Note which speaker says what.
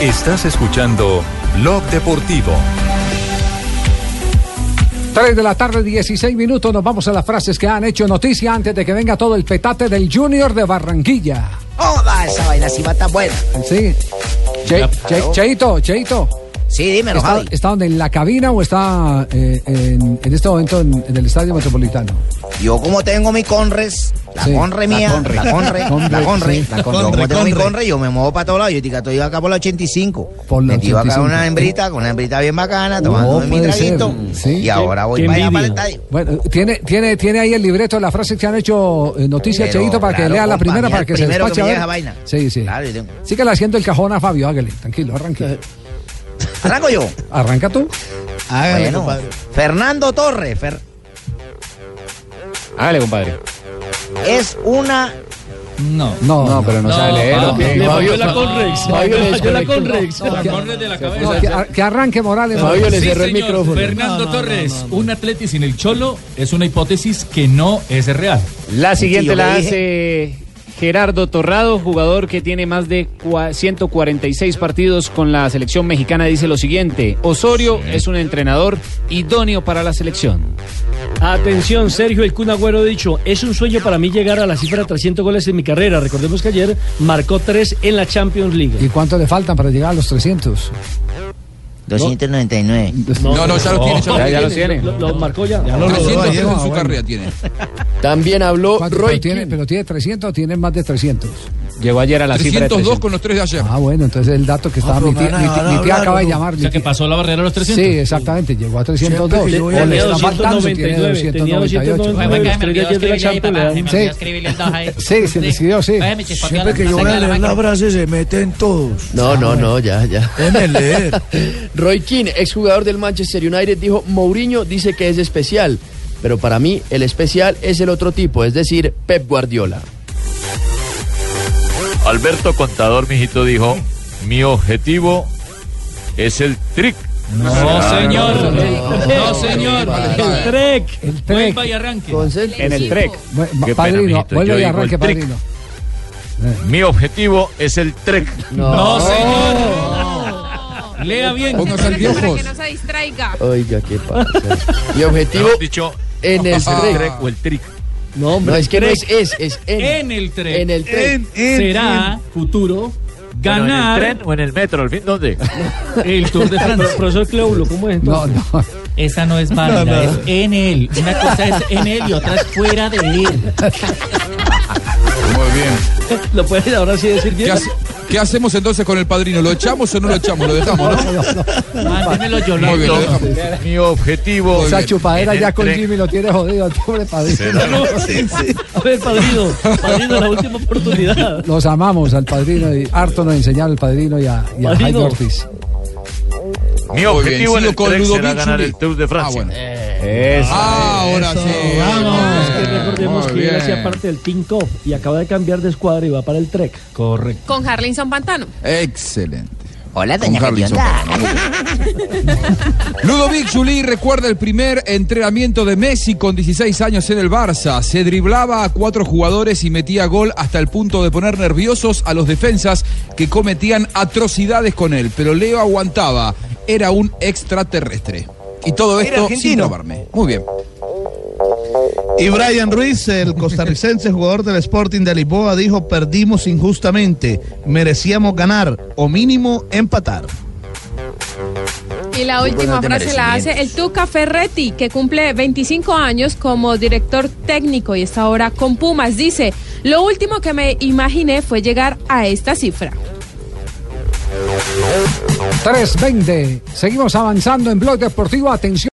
Speaker 1: Estás escuchando Blog Deportivo.
Speaker 2: 3 de la tarde, 16 minutos. Nos vamos a las frases que han hecho noticia antes de que venga todo el petate del Junior de Barranquilla.
Speaker 3: ¡Oh, va! Esa vaina sí va tan buena.
Speaker 2: Sí. Che- Che- cheito, Cheito.
Speaker 3: Sí, dímelo,
Speaker 2: ¿Está,
Speaker 3: Javi.
Speaker 2: está donde, en la cabina o está eh, en, en este momento en, en el estadio metropolitano?
Speaker 3: Yo como tengo mi conres, la
Speaker 2: Sí.
Speaker 3: conre mía, la conre, la conre,
Speaker 2: Conre,
Speaker 3: la conre,
Speaker 2: sí.
Speaker 3: la conre. Yo como tengo mi conre, yo me muevo para todos lados. Yo tica, estoy acá por la 85.
Speaker 2: Por la
Speaker 3: Metido acá
Speaker 2: 85.
Speaker 3: una hembrita, con una hembrita bien bacana, tomando mi
Speaker 2: puede ser.
Speaker 3: traguito.
Speaker 2: Sí.
Speaker 3: Y ahora voy
Speaker 4: Qué
Speaker 3: para allá para el
Speaker 4: envidia.
Speaker 3: estadio.
Speaker 2: Bueno, tiene, tiene, tiene ahí el libreto de las frases que han hecho eh, noticia,
Speaker 3: Pero,
Speaker 2: Cheito, para
Speaker 3: claro,
Speaker 2: que lea la
Speaker 3: compa,
Speaker 2: primera,
Speaker 3: mira,
Speaker 2: para que se
Speaker 3: primero que
Speaker 2: despache.
Speaker 3: me
Speaker 2: a ver.
Speaker 3: llega esa vaina.
Speaker 2: Sí, sí.
Speaker 3: Claro, yo tengo. Eh.
Speaker 2: Síguele haciendo el cajón a Fabio, hágale. Tranquilo, arranque.
Speaker 3: Arranco yo.
Speaker 2: Arranca tú.
Speaker 5: Hágale,
Speaker 3: Bueno,
Speaker 5: compadre.
Speaker 3: Fernando Torres Fer-
Speaker 4: Hágale, compadre.
Speaker 3: es una
Speaker 5: No.
Speaker 2: No, no, pero no, sabe leer.
Speaker 4: papi, le falló la Conrex.
Speaker 5: Fabio
Speaker 4: le
Speaker 5: le
Speaker 4: falló la
Speaker 5: desconectó.
Speaker 4: Conrex.
Speaker 5: No,
Speaker 2: que-
Speaker 6: Corre de la cabeza.
Speaker 2: no, que, ar- que arranque Morales.
Speaker 5: Fabio le
Speaker 6: Sí,
Speaker 5: cerró el
Speaker 6: señor.
Speaker 5: micrófono.
Speaker 6: Fernando
Speaker 5: No, no,
Speaker 6: Torres,
Speaker 5: no, no, no.
Speaker 6: un atleti sin el cholo es una hipótesis que no es real.
Speaker 4: La
Speaker 3: yo
Speaker 4: siguiente
Speaker 3: le
Speaker 4: la
Speaker 3: dije.
Speaker 4: hace Gerardo Torrado, jugador que tiene más de cua- 146 partidos con la selección mexicana. Dice lo siguiente: Osorio es un entrenador idóneo para la selección.
Speaker 7: Atención, Sergio, el Kun Agüero ha dicho, es un sueño para mí llegar a la cifra de 300 goles en mi carrera. Recordemos que ayer marcó 3 en la Champions
Speaker 2: ¿Y
Speaker 7: League.
Speaker 2: cuánto le faltan para llegar a los 300?
Speaker 3: 299.
Speaker 8: No, no, ya lo
Speaker 5: Oh,
Speaker 8: tiene, ya lo
Speaker 4: Ya,
Speaker 8: tiene.
Speaker 4: ya lo tiene.
Speaker 7: Lo, lo marcó ya.
Speaker 8: 300
Speaker 2: no,
Speaker 8: en su
Speaker 2: bueno.
Speaker 8: carrera tiene.
Speaker 5: También habló
Speaker 2: ¿Cuánto-
Speaker 5: Roy
Speaker 2: pero, tiene,
Speaker 5: King.
Speaker 2: pero tiene 300 o tiene más de 300.
Speaker 4: Llegó ayer a la cifra de
Speaker 5: este
Speaker 8: 302
Speaker 4: 300.
Speaker 8: con los tres de ayer.
Speaker 2: Ah, bueno, entonces el dato que estaba
Speaker 3: pero
Speaker 2: mi tía,
Speaker 3: van a
Speaker 2: mi tía- mi
Speaker 3: hablar,
Speaker 2: tía acaba de
Speaker 3: ¿no?
Speaker 2: llamar.
Speaker 6: O
Speaker 2: mi
Speaker 6: sea que
Speaker 2: tía-
Speaker 6: pasó la barrera de los 300.
Speaker 2: Sí, exactamente, llegó a 302.
Speaker 7: Siempre que
Speaker 2: O
Speaker 7: yo
Speaker 2: le
Speaker 7: tenía
Speaker 2: está faltando, tiene
Speaker 7: 299, tenía
Speaker 2: 298.
Speaker 7: 299. Los tres de ayer de la Champions le dan-
Speaker 2: Sí. Sí, se decidió, sí.
Speaker 9: Siempre que yo voy a leer la frase se meten todos.
Speaker 5: No, no, no, ya, ya.
Speaker 9: En el leer.
Speaker 5: Roy King, exjugador del Manchester United, dijo, Mourinho dice que es especial, pero para mí el especial es el otro tipo, es decir, Pep Guardiola.
Speaker 10: Alberto Contador, mijito, dijo: Mi objetivo es el trick.
Speaker 6: No, señor.
Speaker 5: no, no,
Speaker 6: No, señor.
Speaker 7: El Trek.
Speaker 2: El Trek.
Speaker 6: Vuelva y arranque.
Speaker 5: Entonces,
Speaker 4: En el trek.
Speaker 2: Bueno,
Speaker 10: Qué pena,
Speaker 2: Padrino,
Speaker 10: mijito, yo
Speaker 2: vuelve y
Speaker 10: digo
Speaker 2: arranque,
Speaker 10: el trick.
Speaker 2: padrino.
Speaker 10: Mi objetivo es el trick.
Speaker 6: No, señor. Lea bien.
Speaker 8: Póngase al viejo.
Speaker 11: se distraiga.
Speaker 5: Oiga, qué pasa. Mi objetivo
Speaker 10: Mejor dicho,
Speaker 5: en el
Speaker 10: el
Speaker 5: trek.
Speaker 10: trick o el trick.
Speaker 5: No, hombre, es que no es, es, es en,
Speaker 6: En el tren.
Speaker 5: en el trek.
Speaker 6: Será futuro
Speaker 10: Bueno, ¿En el
Speaker 6: ganar
Speaker 10: tren o en el metro? ¿Al fin dónde?
Speaker 6: el Tour de Francia.
Speaker 7: Profesor Cleulo, ¿cómo es
Speaker 2: No,
Speaker 7: entonces?
Speaker 2: no.
Speaker 6: Esa no es válida, es en él. Una cosa es en él y otra es fuera de él.
Speaker 8: Muy bien.
Speaker 7: ¿Lo puedes ahora sí decir
Speaker 8: ¿Qué,
Speaker 7: bien?
Speaker 8: hace- qué hacemos entonces con el padrino? ¿Lo echamos o no lo echamos? Lo dejamos, ¿no?
Speaker 6: Mándemelo yo
Speaker 8: Muy bien, lo dejamos.
Speaker 10: Mi objetivo
Speaker 2: Esa
Speaker 8: bien.
Speaker 2: chupadera
Speaker 10: En el
Speaker 2: ya con
Speaker 10: tren.
Speaker 2: Jimmy lo tiene jodido, el pobre padrino.
Speaker 7: A ver, padrino. Padrino, la última oportunidad.
Speaker 2: Los amamos al padrino y harto nos enseñaron al padrino y a, y a
Speaker 7: Padrino.
Speaker 2: Jaime Ortiz.
Speaker 10: Mi
Speaker 8: Muy bien,
Speaker 10: objetivo en
Speaker 8: sigo
Speaker 10: el
Speaker 8: con
Speaker 10: trick será
Speaker 8: Ludovic
Speaker 10: ganar el
Speaker 8: Juli.
Speaker 10: Tour de
Speaker 8: Ah,
Speaker 10: Francia.
Speaker 8: bueno.
Speaker 10: Ah,
Speaker 8: Ah,
Speaker 4: Eso.
Speaker 8: Ahora sí.
Speaker 7: Vamos, que recordemos
Speaker 8: Muy
Speaker 7: que él
Speaker 8: bien.
Speaker 7: hacía parte del Team Cop y acaba de cambiar de escuadra y va para el Trek.
Speaker 6: Correcto.
Speaker 11: Con Harlinson Pantano.
Speaker 8: Excelente.
Speaker 3: Hola,
Speaker 8: Con
Speaker 3: doña
Speaker 8: Harrison.
Speaker 3: Gedionda.
Speaker 8: Ludovic Juli recuerda el primer entrenamiento de Messi con 16 años en el Barça. Se driblaba a cuatro jugadores y metía gol hasta el punto de poner nerviosos a los defensas que cometían atrocidades con él. Pero Leo aguantaba. Era un extraterrestre. Y todo esto sin robarme. Muy bien.
Speaker 12: Y Brian Ruiz, el costarricense jugador del Sporting de Lisboa, dijo, perdimos injustamente, merecíamos ganar o mínimo empatar.
Speaker 11: Y la última
Speaker 3: de
Speaker 11: frase la hace el Tuca Ferretti, que cumple 25 años como director técnico y está ahora con Pumas. Dice, lo último que me imaginé fue llegar a esta cifra.
Speaker 2: 320. Seguimos avanzando en Blog Deportivo. Atención.